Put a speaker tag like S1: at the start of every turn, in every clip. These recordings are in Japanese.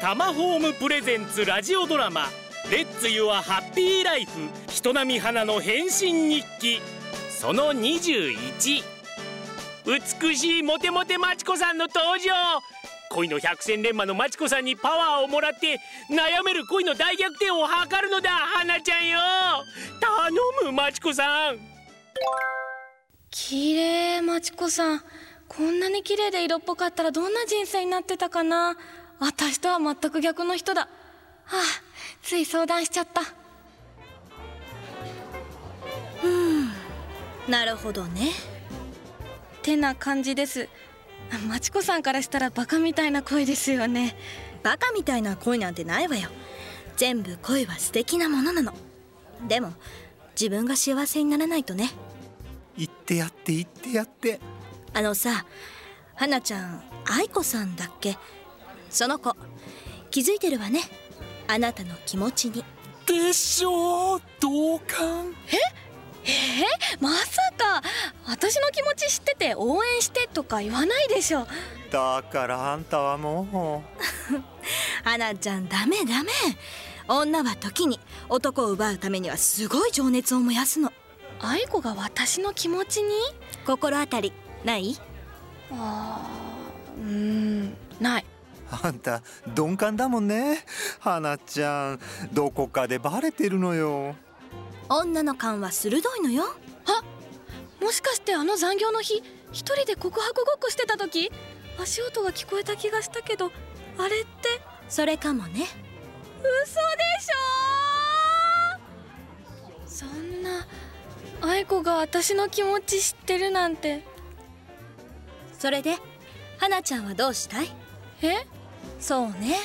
S1: タマホームプレゼンツラジオドラマ「レッツ・ユア・ハッピー・ライフ人並み花の変身日記」その21美しいモテモテマチコさんの登場恋の百戦錬磨のマチコさんにパワーをもらって悩める恋の大逆転を図るのだ花ちゃんよ頼むマチコさん
S2: 綺麗まちこさんこんなに綺麗で色っぽかったらどんな人生になってたかな私とは全く逆の人だはあつい相談しちゃった
S3: なるほどね
S2: てな感じですまちこさんからしたらバカみたいな恋ですよね
S3: バカみたいな恋なんてないわよ全部恋は素敵なものなのでも自分が幸せにならないとね
S4: 言ってやって言ってやって
S3: あのさ花ちゃん愛子さんだっけその子気づいてるわねあなたの気持ちに
S4: でしょう同感
S2: まさか私の気持ち知ってて応援してとか言わないでしょ
S4: だからあんたはも
S3: 花ちゃんダメダメ女は時に男を奪うためにはすごい情熱を燃やすの
S2: 愛子が私の気持ちに
S3: 心当たりない
S2: あーうーんない。
S4: うあんた鈍感だもんね花ちゃんどこかでバレてるのよ
S3: 女の勘は鋭いのよ
S2: もしかしてあの残業の日一人で告白ごっこしてた時足音が聞こえた気がしたけどあれって
S3: それかもね
S2: 嘘でしょそんな愛子が私の気持ち知ってるなんて
S3: それで花ちゃんはどうしたい
S2: え
S3: そうね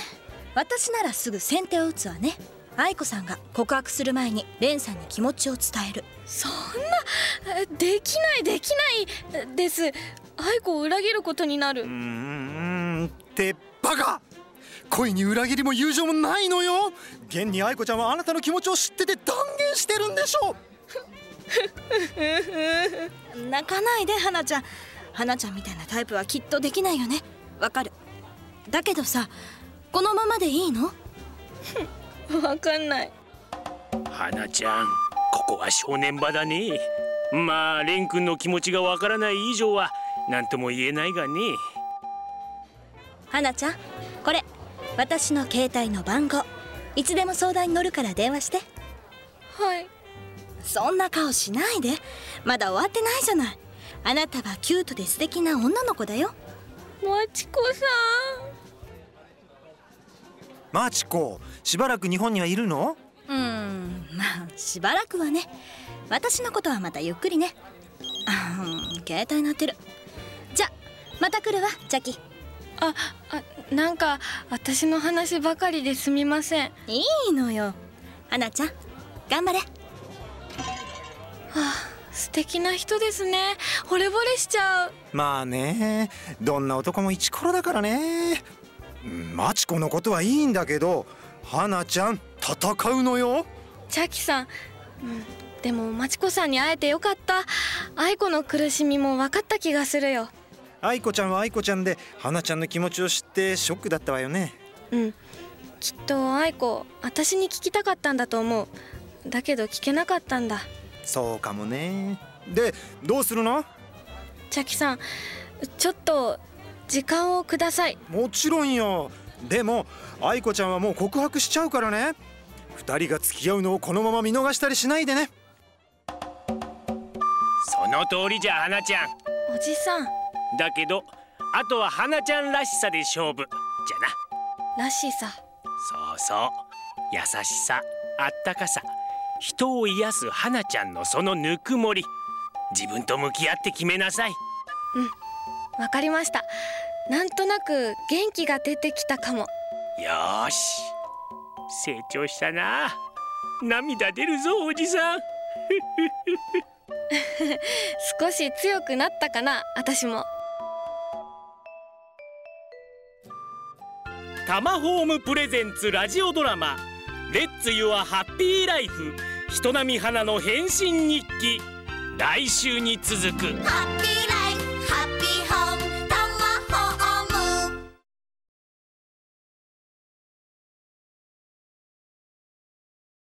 S3: 私ならすぐ先手を打つわね愛子さんが告白する前に蓮さんに気持ちを伝える
S2: そんなえできないできないえです愛子を裏切ることになる
S4: うーんってバカ恋に裏切りも友情もないのよ現に愛子ちゃんはあなたの気持ちを知ってて断言してるんでしょ
S3: 泣かないで花ちゃん花ちゃんみたいなタイプはきっとできないよねわかるだけどさこのままでいいの
S2: わかんない
S1: 花ちゃんここは正念場だねまあ蓮くんの気持ちがわからない以上は何とも言えないがね
S3: 花ちゃんこれ私の携帯の番号いつでも相談に乗るから電話して
S2: はい
S3: そんな顔しないでまだ終わってないじゃないあなたはキュートで素敵な女の子だよ
S2: まちこさん
S4: マチコしばらく日本にはいるの
S3: うーんまあしばらくはね私のことはまたゆっくりねあー携帯鳴ってるじゃまた来るわジャキ
S2: あ、あ、なんか私の話ばかりですみません。
S3: いいのよ花ちゃん頑張れ
S2: 素敵な人ですね。惚れ惚れしちゃう。
S4: まあねどんな男も一頃だからねうんマチコのことはいいんだけど花ちゃん戦うのよ
S2: チャキさん、うん、でもマチコさんに会えてよかった。愛子の苦しみも分かった気がするよ。
S4: 愛子ちゃんは愛子ちゃんで花ちゃんの気持ちを知ってショックだったわよね
S2: うん、きっと愛子、私に聞きたかったんだと思う。だけど聞けなかったんだ。
S4: そうかもねでどうするの
S2: チャキさん、ちょっと時間をください。
S4: もちろんよでも愛子ちゃんはもう告白しちゃうからね二人が付き合うのをこのまま見逃したりしないでね
S1: その通りじゃ花ちゃん
S2: おじさん
S1: だけどあとは花ちゃんらしさで勝負じゃな
S2: らしさ。
S1: そうそう優しさあったかさ人を癒す花ちゃんのそのぬくもり自分と向き合って決めなさい
S2: わかりました。なんとなく元気が出てきたかも。
S1: よーし成長したな涙出るぞおじさん
S2: 少し強くなったかな、私も。
S1: タマホームプレゼンツラジオドラマ「レッツ・ユア・ハッピー・ライフ人並み花の変身日記」来週に続く
S3: ハッピー